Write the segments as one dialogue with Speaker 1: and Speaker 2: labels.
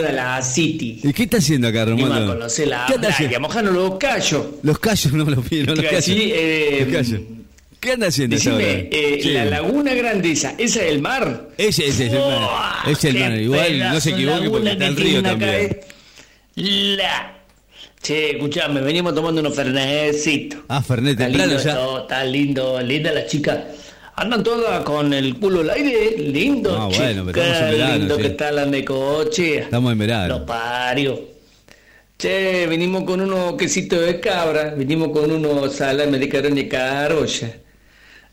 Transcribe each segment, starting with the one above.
Speaker 1: de la City.
Speaker 2: ¿Y qué está haciendo acá,
Speaker 1: Iba a
Speaker 2: Romano?
Speaker 1: conocer la
Speaker 2: ¿Qué anda
Speaker 1: playa,
Speaker 2: haciendo?
Speaker 1: mojando los callos.
Speaker 2: Los callos, no los pies, no los
Speaker 1: Que
Speaker 2: callos.
Speaker 1: así, eh,
Speaker 2: Los callos. ¿Qué anda haciendo a esa
Speaker 1: Decime,
Speaker 2: hora?
Speaker 1: eh,
Speaker 2: Sí.
Speaker 1: la Laguna Grandeza, ¿esa es el mar?
Speaker 2: Ese, ese es el mar.
Speaker 1: ¡Buah!
Speaker 2: Es el
Speaker 1: Qué
Speaker 2: mar. Igual no
Speaker 1: pedazo
Speaker 2: se
Speaker 1: de
Speaker 2: equivoque porque
Speaker 1: laguna
Speaker 2: está
Speaker 1: que
Speaker 2: el río
Speaker 1: tiene acá,
Speaker 2: también.
Speaker 1: eh. La. Che, escuchame, venimos tomando unos fernecitos.
Speaker 2: Ah, Fernet,
Speaker 1: Está
Speaker 2: temprano
Speaker 1: lindo
Speaker 2: ya.
Speaker 1: esto, está lindo, linda la chica. Andan todas con el culo al aire, eh. lindo.
Speaker 2: Ah,
Speaker 1: che,
Speaker 2: bueno, pero
Speaker 1: qué
Speaker 2: estamos en verano,
Speaker 1: lindo
Speaker 2: sí.
Speaker 1: que está la necoche.
Speaker 2: Estamos en verano.
Speaker 1: Los parios. Che, venimos con unos quesitos de cabra, venimos con unos salames de carne de carolla.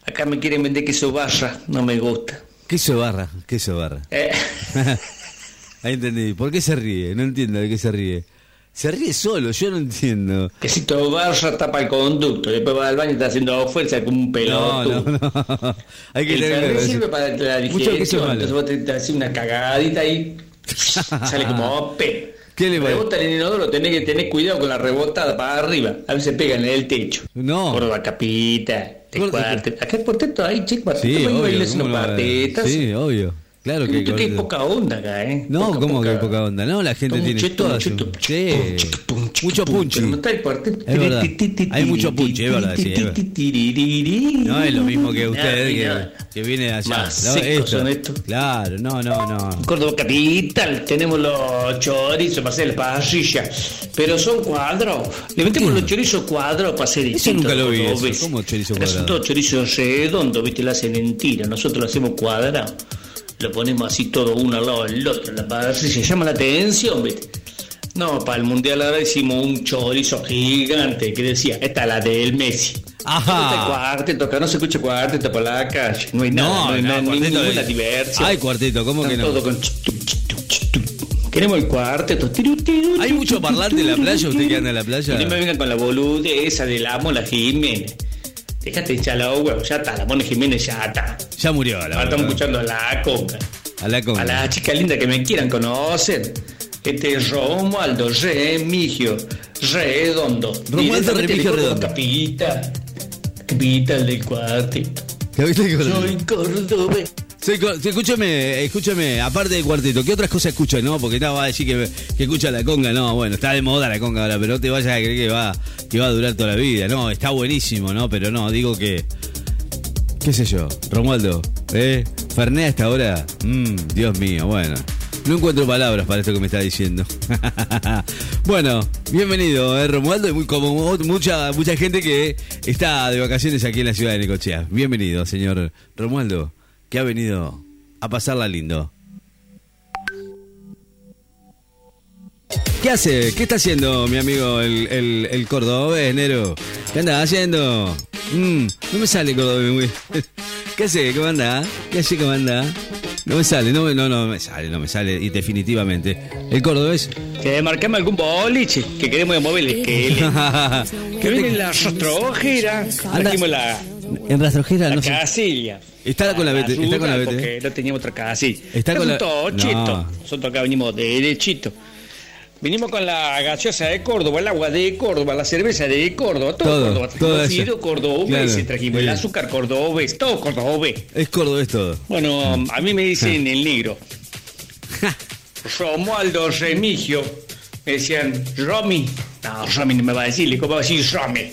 Speaker 1: Acá me quieren vender queso barra, no me gusta.
Speaker 2: Queso barra, queso barra.
Speaker 1: Eh,
Speaker 2: Ahí entendí. ¿Por qué se ríe? No entiendo de qué se ríe. Se ríe solo, yo no entiendo.
Speaker 1: quesito barra tapa el conducto, después va al baño y está haciendo fuerza como un
Speaker 2: No,
Speaker 1: pelotudo.
Speaker 2: no, no. Hay que
Speaker 1: El
Speaker 2: tener
Speaker 1: Fernet
Speaker 2: cuidado.
Speaker 1: sirve para la
Speaker 2: Mucho queso
Speaker 1: digestión,
Speaker 2: malo.
Speaker 1: entonces vos te, te haces una cagadita ahí, sale como ope.
Speaker 2: ¿Qué le parece?
Speaker 1: Rebota en el inodoro, tenés que tener cuidado con la rebotada para arriba, a veces pegan en el techo.
Speaker 2: No.
Speaker 1: Córdoba capita, te
Speaker 2: Gordo-
Speaker 1: cuartet. Acá el cuarteto ahí, che, cuarteto,
Speaker 2: Sí,
Speaker 1: sí,
Speaker 2: obvio.
Speaker 1: bailes
Speaker 2: ¿cómo
Speaker 1: unos
Speaker 2: no va a-
Speaker 1: cuartetas.
Speaker 2: Sí, obvio. Claro que.
Speaker 1: Tú tienes poca onda acá, ¿eh?
Speaker 2: No,
Speaker 1: Poca,
Speaker 2: ¿cómo
Speaker 1: poca.
Speaker 2: que poca onda? No, la gente
Speaker 1: Todo
Speaker 2: tiene
Speaker 1: mucheto,
Speaker 2: toda su-
Speaker 1: mucheto,
Speaker 2: Sí.
Speaker 1: pum, chiqui, pum, chiqui,
Speaker 2: Mucho
Speaker 1: pum,
Speaker 2: punchi.
Speaker 1: pero no está el cuarteto.
Speaker 2: Es verdad.
Speaker 1: Ti, ti,
Speaker 2: Hay
Speaker 1: ti,
Speaker 2: mucho
Speaker 1: ti,
Speaker 2: punchi, es
Speaker 1: ti,
Speaker 2: verdad, sí,
Speaker 1: ti,
Speaker 2: es verdad.
Speaker 1: ti, ti, ti, ti, ti.
Speaker 2: No es lo mismo que usted
Speaker 1: Nada,
Speaker 2: que,
Speaker 1: nada.
Speaker 2: que viene de allá.
Speaker 1: Más
Speaker 2: ¿no?
Speaker 1: secos
Speaker 2: Esto.
Speaker 1: son estos.
Speaker 2: Claro, no, no, no.
Speaker 1: Córdoba Capital, tenemos los chorizos para hacer las parrillas, pero son cuadros. Le metemos los chorizos cuadros para hacer
Speaker 2: Eso nunca lo vi, eso.
Speaker 1: cordobeses.
Speaker 2: ¿Cómo chorizo
Speaker 1: Acá Son
Speaker 2: cuadrado?
Speaker 1: todos chorizos redondos, viste, lo hacen en tira. Nosotros lo hacemos cuadrado. Lo ponemos así todo uno al lado del otro. La parrilla llama la atención, viste. No, para el mundial ahora hicimos un chorizo gigante que decía, esta es la del Messi.
Speaker 2: Ajá.
Speaker 1: Este cuarteto, acá no se escucha cuarteto por la calle. No hay nada, no, hay nada,
Speaker 2: cuarteto
Speaker 1: ninguna
Speaker 2: es-
Speaker 1: diversión.
Speaker 2: Ay, cuarteto, ¿cómo que
Speaker 1: Están
Speaker 2: no?
Speaker 1: todos con chitum, chitum, chitum. Queremos el cuarteto. Tiru, tiru,
Speaker 2: ¿Hay mucho parlante en la playa? ¿Usted que anda en la playa?
Speaker 1: Y no me vengan con la bolude esa de la Mona Jiménez. Dejate hinchar los huevos, ya está, la Mona Jiménez ya está.
Speaker 2: Ya murió, la
Speaker 1: Ahora estamos
Speaker 2: verdad. Oh.
Speaker 1: escuchando a la coca.
Speaker 2: A la
Speaker 1: A
Speaker 2: conga.
Speaker 1: las chicas lindas que me quieran conocer. Este es Romualdo Remigio Redondo.
Speaker 2: Romualdo
Speaker 1: Directamente
Speaker 2: Remigio
Speaker 1: de Córdoba
Speaker 2: Redondo.
Speaker 1: Capital. Capital del cuarteto.
Speaker 2: ¿Qué viste?
Speaker 1: Soy cordobés.
Speaker 2: Soy co- sí, escúchame, escúchame, aparte del cuarteto, ¿qué otras cosas escuchas, no? Porque no, va a decir que, que escucha la conga, no, bueno, está de moda la conga ahora, pero no te vayas a creer que va, que va a durar toda la vida, no, está buenísimo, ¿no? Pero no, digo que, qué sé yo, Romualdo, ¿eh? Ferné hasta ahora, mm, Dios mío, bueno, no encuentro palabras para esto que me está diciendo. bueno, bienvenido, ¿eh, Romualdo? Y muy- como ot- mucha, mucha gente que está de vacaciones aquí en la ciudad de Necochea. Bienvenido, señor Romualdo, que ha venido a pasarla lindo. ¿Qué hace? ¿Qué está haciendo mi amigo el, el, el cordobés, Nero? ¿Qué anda haciendo? Mm, no me sale cordobés muy. ¿Qué hace? ¿Cómo anda? ¿Qué hace? ¿Cómo anda? No me sale, no, me- no, no me sale, no me sale, y definitivamente. ¿El cordobés?
Speaker 1: Que marcame algún boliche, que queremos mover el esqueleto. Que viene la rastrojera,
Speaker 2: Anda-
Speaker 1: trajimos la,
Speaker 2: En rastrojera,
Speaker 1: la
Speaker 2: no sé.
Speaker 1: casilla.
Speaker 2: Está con la BT, está
Speaker 1: ayuda,
Speaker 2: con la ¿eh? BT.
Speaker 1: Porque no teníamos otra casilla.
Speaker 2: Está con la-
Speaker 1: Todos
Speaker 2: No.
Speaker 1: chetos. Nosotros acá venimos derechito. Vinimos con la gaseosa de Córdoba, el agua de Córdoba, la cerveza de Córdoba, todo,
Speaker 2: Todo,
Speaker 1: Córdoba.
Speaker 2: todo
Speaker 1: Trajimos
Speaker 2: eso.
Speaker 1: sidro cordobés,
Speaker 2: Claro,
Speaker 1: trajimos el
Speaker 2: sí.
Speaker 1: azúcar cordobés, todo cordobés.
Speaker 2: Es cordobés todo.
Speaker 1: Bueno, a mí me dicen el negro. Romualdo Remigio. Me decían, Romy. No, Romy no me va a decirle, ¿cómo va a decir Romy?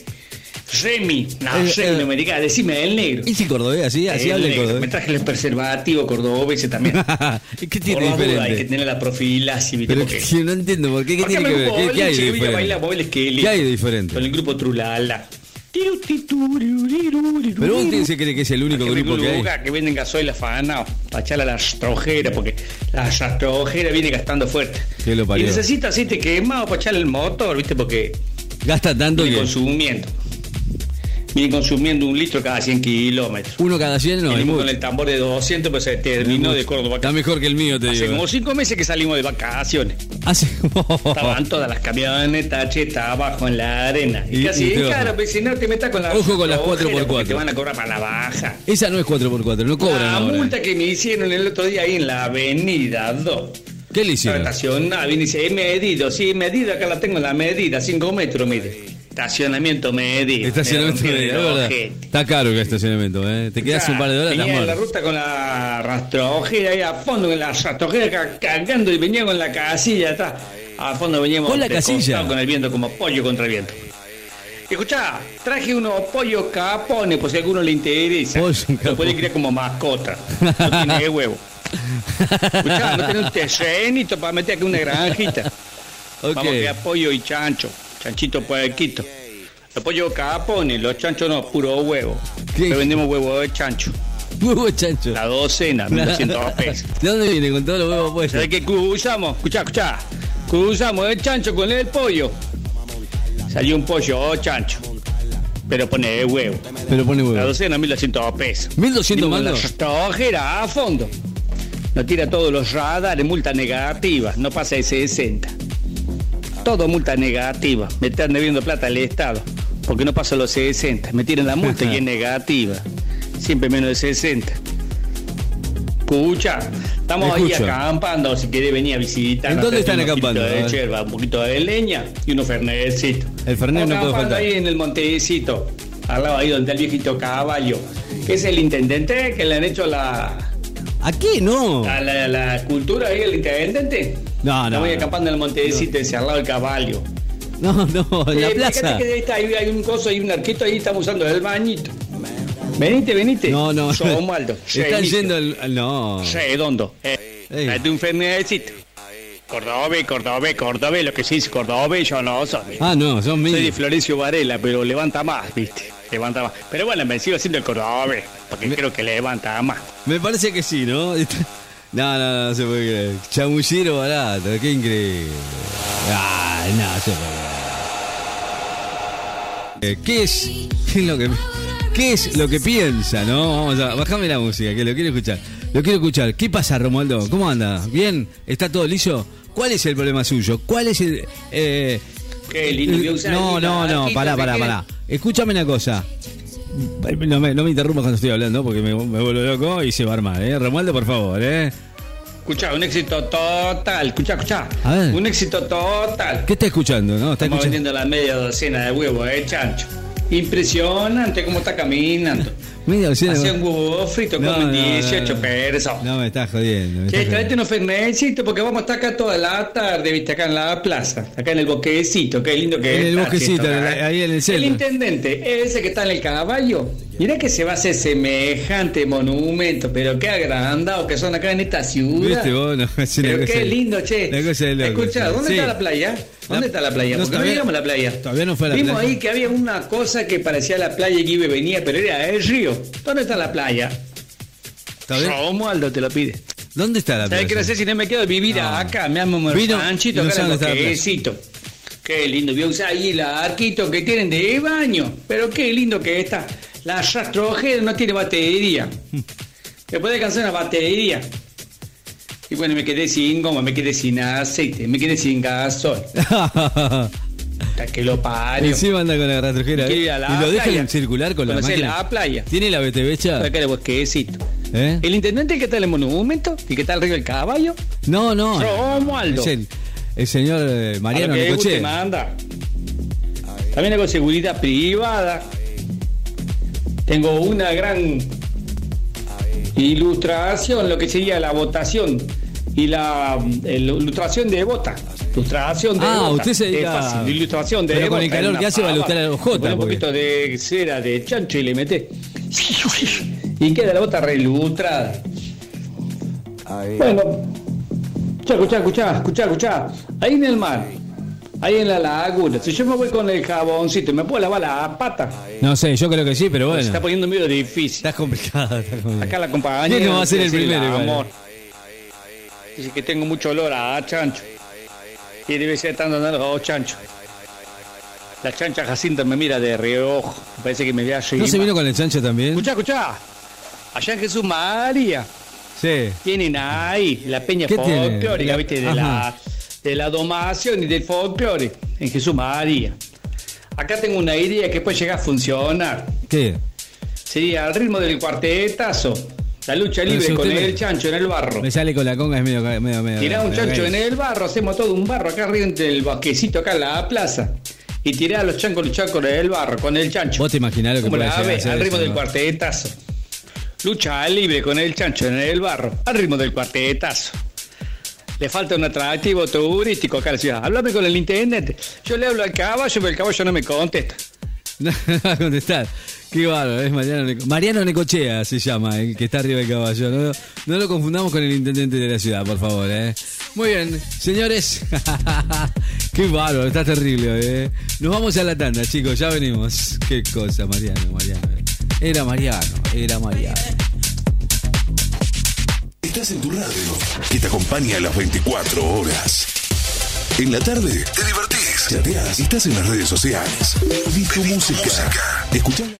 Speaker 1: Remy. No,
Speaker 2: Eh,
Speaker 1: Remy
Speaker 2: eh.
Speaker 1: no me diga, decime el negro.
Speaker 2: ¿Y si cordobés? Así, así
Speaker 1: El
Speaker 2: habla el ¿eh?
Speaker 1: negro. Me
Speaker 2: cordobés.
Speaker 1: traje el preservativo cordobés también.
Speaker 2: ¿Qué
Speaker 1: Por
Speaker 2: tiene
Speaker 1: la duda hay que
Speaker 2: diferente?
Speaker 1: tener la profilaxis, ¿viste?
Speaker 2: Pero
Speaker 1: Porque-
Speaker 2: que- no entiendo, ¿por qué? ¿Qué
Speaker 1: Marcame
Speaker 2: tiene que
Speaker 1: un
Speaker 2: ver? ¿Qué-
Speaker 1: boliche,
Speaker 2: ¿Qué hay
Speaker 1: que
Speaker 2: de
Speaker 1: voy a bailar
Speaker 2: diferente?
Speaker 1: móviles que
Speaker 2: ¿Qué hay de
Speaker 1: Con
Speaker 2: diferente?
Speaker 1: el grupo Trulala.
Speaker 2: Pero usted se cree que es el único
Speaker 1: Aquel
Speaker 2: grupo que hay.
Speaker 1: lugar que venden gasoil afanado para echarle a la rastrojera, porque la rastrojera viene gastando fuerte.
Speaker 2: Que lo parió.
Speaker 1: Y necesita aceite quemado para echarle el motor, ¿viste? Porque
Speaker 2: Gasta tanto
Speaker 1: viene
Speaker 2: que
Speaker 1: consumiendo. Viene consumiendo un litro cada 100 kilómetros.
Speaker 2: uno cada 100 no es
Speaker 1: Venimos
Speaker 2: mucho.
Speaker 1: con el tambor de 200, pues se terminó de Córdoba.
Speaker 2: Está mejor que el mío, te
Speaker 1: Hace
Speaker 2: digo.
Speaker 1: como 5 meses que salimos de vacaciones.
Speaker 2: Hace
Speaker 1: Estaban todas las camionetas, che, está abajo en la arena. Y,
Speaker 2: Y-
Speaker 1: casi,
Speaker 2: y te bajan.
Speaker 1: claro, pero si no te metas con la
Speaker 2: Ojo con las
Speaker 1: ojera,
Speaker 2: 4x4.
Speaker 1: porque Te van a cobrar para la baja.
Speaker 2: Esa no es 4x4, no cobran
Speaker 1: la
Speaker 2: ahora.
Speaker 1: multa que me hicieron el otro día ahí en la avenida 2.
Speaker 2: ¿Qué
Speaker 1: Estaba
Speaker 2: le hicieron?
Speaker 1: estacionada, viene y dice, he medido, sí, he medido, acá la tengo en la medida, 5 metros, mide. Estacionamiento medio.
Speaker 2: Estacionamiento
Speaker 1: Me
Speaker 2: medio,
Speaker 1: rompieron
Speaker 2: es
Speaker 1: el
Speaker 2: verdad.
Speaker 1: ojete.
Speaker 2: Está caro que estacionamiento, ¿eh? Te quedas un par de horas,
Speaker 1: Venía
Speaker 2: estás
Speaker 1: en la
Speaker 2: muerto.
Speaker 1: ruta con la rastrojera ahí a fondo, con la rastrojera ca- cargando y venía con la casilla atrás. A fondo veníamos
Speaker 2: ¿Con la
Speaker 1: de
Speaker 2: casilla?
Speaker 1: costado con el viento, como pollo contra el viento. Escuchá, traje unos pollos capones, por si a alguno le interesa.
Speaker 2: Pollo
Speaker 1: Lo puede
Speaker 2: capone.
Speaker 1: criar como mascota. No tiene huevo. Escuchá, no tiene un terrenito para meter aquí una granjita.
Speaker 2: Ok.
Speaker 1: Vamos a criar pollo y chancho. Chanchito puerquito. Los pollos capones, los chanchos no, puro huevo.
Speaker 2: ¿Qué?
Speaker 1: Le vendemos huevo de chancho.
Speaker 2: Huevo chancho.
Speaker 1: La docena, 1200 pesos.
Speaker 2: ¿De dónde viene con todos los huevos puestos?
Speaker 1: ¿Sabes qué cruzamos? Escuchá, escuchá. Cruzamos el chancho con el pollo. Salió un pollo, oh, chancho. Pero pone el huevo.
Speaker 2: Pero pone
Speaker 1: La
Speaker 2: huevos.
Speaker 1: docena, 1200 pesos.
Speaker 2: 1200 mando.
Speaker 1: Esta ojera a fondo. Nos tira todos los radares, multa negativa. No pasa de 60. Todo multa negativa. Me están debiendo plata al Estado. Porque no pasa los 60. Me tiran la multa y es negativa. Siempre menos de 60. Escucha, estamos ahí
Speaker 2: Escucho.
Speaker 1: acampando. Si quiere venir a visitar.
Speaker 2: ¿En dónde están acampando?
Speaker 1: Un poquito
Speaker 2: A ver.
Speaker 1: de yerba, un poquito de leña y unos fernecitos.
Speaker 2: El fernet no puede
Speaker 1: Acampando
Speaker 2: faltar.
Speaker 1: ahí en el Montecito, al lado ahí donde está el viejito caballo, que es el intendente que le han hecho la,
Speaker 2: ¿A qué no?
Speaker 1: a la, la cultura ahí, el intendente.
Speaker 2: No, no,
Speaker 1: Voy
Speaker 2: no.
Speaker 1: escapando en el Montecito, ese al lado del caballo.
Speaker 2: No, no, en la
Speaker 1: Eh, fíjate
Speaker 2: plaza.
Speaker 1: que de esta ahí hay un coso y un arquito ahí, estamos usando el bañito. Venite, venite.
Speaker 2: No, no.
Speaker 1: Somaldo.
Speaker 2: Están yendo al. al- No.
Speaker 1: Redondo. Eh,
Speaker 2: Ey.
Speaker 1: date un fernecito. Cordobés, Cordobés, Cordobés, lo que se dice Cordobés, yo no soy.
Speaker 2: Ah, no, son
Speaker 1: Soy de
Speaker 2: míos.
Speaker 1: Florencio Varela, pero levanta más, viste. Levanta más. Pero bueno, me sigo haciendo el cordobés, porque creo que levanta más.
Speaker 2: Me parece que sí, ¿no? Este, No, no, no, no se puede creer. Chamullero barato, qué increíble. Ah, no, se puede creer. Eh, ¿Qué es, qué es lo que, qué es lo que piensa, no? Vamos a, bajame la música, que lo quiero escuchar. Lo quiero escuchar. ¿Qué pasa, Romualdo? ¿Cómo anda? ¿Bien? ¿Está todo liso? ¿Cuál es el problema suyo? ¿Cuál es el... eh,
Speaker 1: Qué lindo que usa
Speaker 2: no,
Speaker 1: el
Speaker 2: no, no,
Speaker 1: barquito,
Speaker 2: pará,
Speaker 1: se
Speaker 2: pará,
Speaker 1: quiere-
Speaker 2: pará. Escúchame una cosa. No me, no me interrumpas cuando estoy hablando porque me, me vuelvo loco y se va a armar, ¿eh? Romualdo, por favor, ¿eh?
Speaker 1: Escuchá, un éxito total. Escuchá, escuchá.
Speaker 2: A ver.
Speaker 1: Un éxito total.
Speaker 2: ¿Qué está escuchando, no? ¿Está
Speaker 1: Estamos
Speaker 2: escuchando?
Speaker 1: vendiendo la media docena de huevos, eh, chancho. Impresionante cómo está caminando.
Speaker 2: Media docena.
Speaker 1: Hacía un huevo frito,
Speaker 2: No,
Speaker 1: comen
Speaker 2: no, no,
Speaker 1: 18
Speaker 2: no.
Speaker 1: pesos.
Speaker 2: No, me estás jodiendo. me
Speaker 1: Che,
Speaker 2: estás
Speaker 1: traete
Speaker 2: jodiendo.
Speaker 1: unos fernecitos porque vamos a estar acá toda la tarde, viste, acá en la plaza, acá en el bosquecito, qué lindo que es.
Speaker 2: En el
Speaker 1: está,
Speaker 2: bosquecito,
Speaker 1: che, esto,
Speaker 2: en el- ahí en el centro.
Speaker 1: El intendente, ese que está en el caballo, mirá que se va a hacer semejante monumento, pero qué agrandado que son acá en esta ciudad.
Speaker 2: ¿Viste vos? No, es una
Speaker 1: pero
Speaker 2: cosa
Speaker 1: qué
Speaker 2: de-
Speaker 1: lindo, che.
Speaker 2: una cosa de loco,
Speaker 1: Escuchá,
Speaker 2: sí.
Speaker 1: ¿dónde
Speaker 2: Sí.
Speaker 1: está la playa? ¿Dónde
Speaker 2: La-
Speaker 1: está la playa?
Speaker 2: no,
Speaker 1: Porque no,
Speaker 2: todavía-
Speaker 1: llegamos a la playa.
Speaker 2: todavía no fue a la
Speaker 1: Vimos
Speaker 2: playa.
Speaker 1: ahí que había una cosa que parecía la playa y que iba y venía, pero era el río. ¿Dónde está la playa?
Speaker 2: ¿Está bien?
Speaker 1: Romualdo te lo pide.
Speaker 2: ¿Dónde está la
Speaker 1: ¿Sabes qué no
Speaker 2: plaza?
Speaker 1: sé si no me quedo vivir
Speaker 2: No.
Speaker 1: acá? Me amo un
Speaker 2: Vino,
Speaker 1: ranchito
Speaker 2: y no
Speaker 1: acá en el
Speaker 2: sabe dónde está la playa.
Speaker 1: bosquecito. Qué lindo, voy a usar ahí el arquito que tienen de baño. Pero qué lindo que está. La rastrojera no tiene batería. Me puede alcanzar una batería. Y bueno, me quedé sin goma, me quedé sin aceite, me quedé sin gasol. Hasta que lo parió.
Speaker 2: Encima anda con la rastrojera.
Speaker 1: Quiero
Speaker 2: ¿eh?
Speaker 1: ir a la
Speaker 2: Y lo dejan
Speaker 1: playa.
Speaker 2: circular con la
Speaker 1: Conocer
Speaker 2: máquina.
Speaker 1: la playa.
Speaker 2: ¿Tiene la BTV hecha?
Speaker 1: Acá en el bosquecito.
Speaker 2: ¿Eh?
Speaker 1: El intendente que está en el monumento, el que está arriba del caballo,
Speaker 2: No, no.
Speaker 1: Romualdo.
Speaker 2: Es el, el señor eh, Mariano
Speaker 1: A lo que guste
Speaker 2: Necochea.
Speaker 1: manda. También hago seguridad privada. Tengo una gran ilustración, lo que sería la votación y la mm, el- ilustración de bota. Ilustración de
Speaker 2: Ah,
Speaker 1: bota.
Speaker 2: usted se
Speaker 1: Es
Speaker 2: dedica-
Speaker 1: fácil, Ilustración de
Speaker 2: Pero con
Speaker 1: bota,
Speaker 2: el calor
Speaker 1: una
Speaker 2: que hace va a
Speaker 1: pava.
Speaker 2: ilustrar a los Jota,
Speaker 1: Le pone Un
Speaker 2: porque-
Speaker 1: poquito de cera de chancho y le mete. Y queda la bota reilustrada. Bueno, escuchá, escuchá, escuchá, escuchá, escuchá. Ahí en el mar, ahí en la laguna, si yo me voy con el jaboncito, ¿me puedo lavar la pata?
Speaker 2: No sé, yo creo que sí, pero
Speaker 1: Se
Speaker 2: bueno.
Speaker 1: está poniendo medio difícil.
Speaker 2: Estás complicado. estás complicado.
Speaker 1: Acá la compañía.
Speaker 2: ¿Quién no va a ser el primero igual?
Speaker 1: Amor. Dice que tengo mucho olor a chancho. Y debe ser tanto andando a chancho. La chancha Jacinta me mira de reojo. Parece que me voy a
Speaker 2: ¿No se
Speaker 1: llevar.
Speaker 2: vino con el chancho también?
Speaker 1: Escuchá, escuchá. Allá en Jesús María.
Speaker 2: Sí.
Speaker 1: Tienen ahí la peña
Speaker 2: ¿Qué tienen?
Speaker 1: folclórica,
Speaker 2: La-
Speaker 1: ¿viste? De
Speaker 2: Ajá.
Speaker 1: la, de la domación y del folclore en Jesús María. Acá tengo una idea que puede llegar a funcionar.
Speaker 2: ¿Qué?
Speaker 1: Sería al ritmo del cuartetazo. La lucha
Speaker 2: Pero
Speaker 1: libre
Speaker 2: si
Speaker 1: con
Speaker 2: usted me-
Speaker 1: el chancho en el barro.
Speaker 2: Me sale con la conga, es medio. medio, medio
Speaker 1: Tirá un
Speaker 2: medio
Speaker 1: chancho
Speaker 2: gay.
Speaker 1: en el barro, hacemos todo un barro acá arriba entre el bosquecito, acá en la plaza. y tiré a los chancos luchacos del barro con el chancho.
Speaker 2: ¿Vos te imaginás lo que
Speaker 1: Como
Speaker 2: puede
Speaker 1: la
Speaker 2: llegar a
Speaker 1: ave,
Speaker 2: ser
Speaker 1: al ritmo
Speaker 2: eso,
Speaker 1: del
Speaker 2: no?
Speaker 1: cuartetazo. Lucha libre con el chancho en el barro, al ritmo del cuartetazo. Le falta un atractivo turístico acá en la ciudad. Háblame con el intendente. Yo le hablo al caballo, pero el caballo no me contesta.
Speaker 2: No, no va a contestar. Qué bárbaro, es Mariano, Neco- Mariano Necochea se llama, el que está arriba del caballo. No, lo- no lo confundamos con el intendente de la ciudad, por favor. ¿eh? Muy bien, señores. Qué bárbaro, está terrible. hoy, ¿eh? Nos vamos a la tanda, chicos, ya venimos. Qué cosa, Mariano, Mariano. Era Mariano, era Mariano.
Speaker 3: Estás en tu radio, que te acompaña a las 24 horas. En la tarde, te divertís, chateás, estás en las redes sociales. Vi tu música. Escuchá.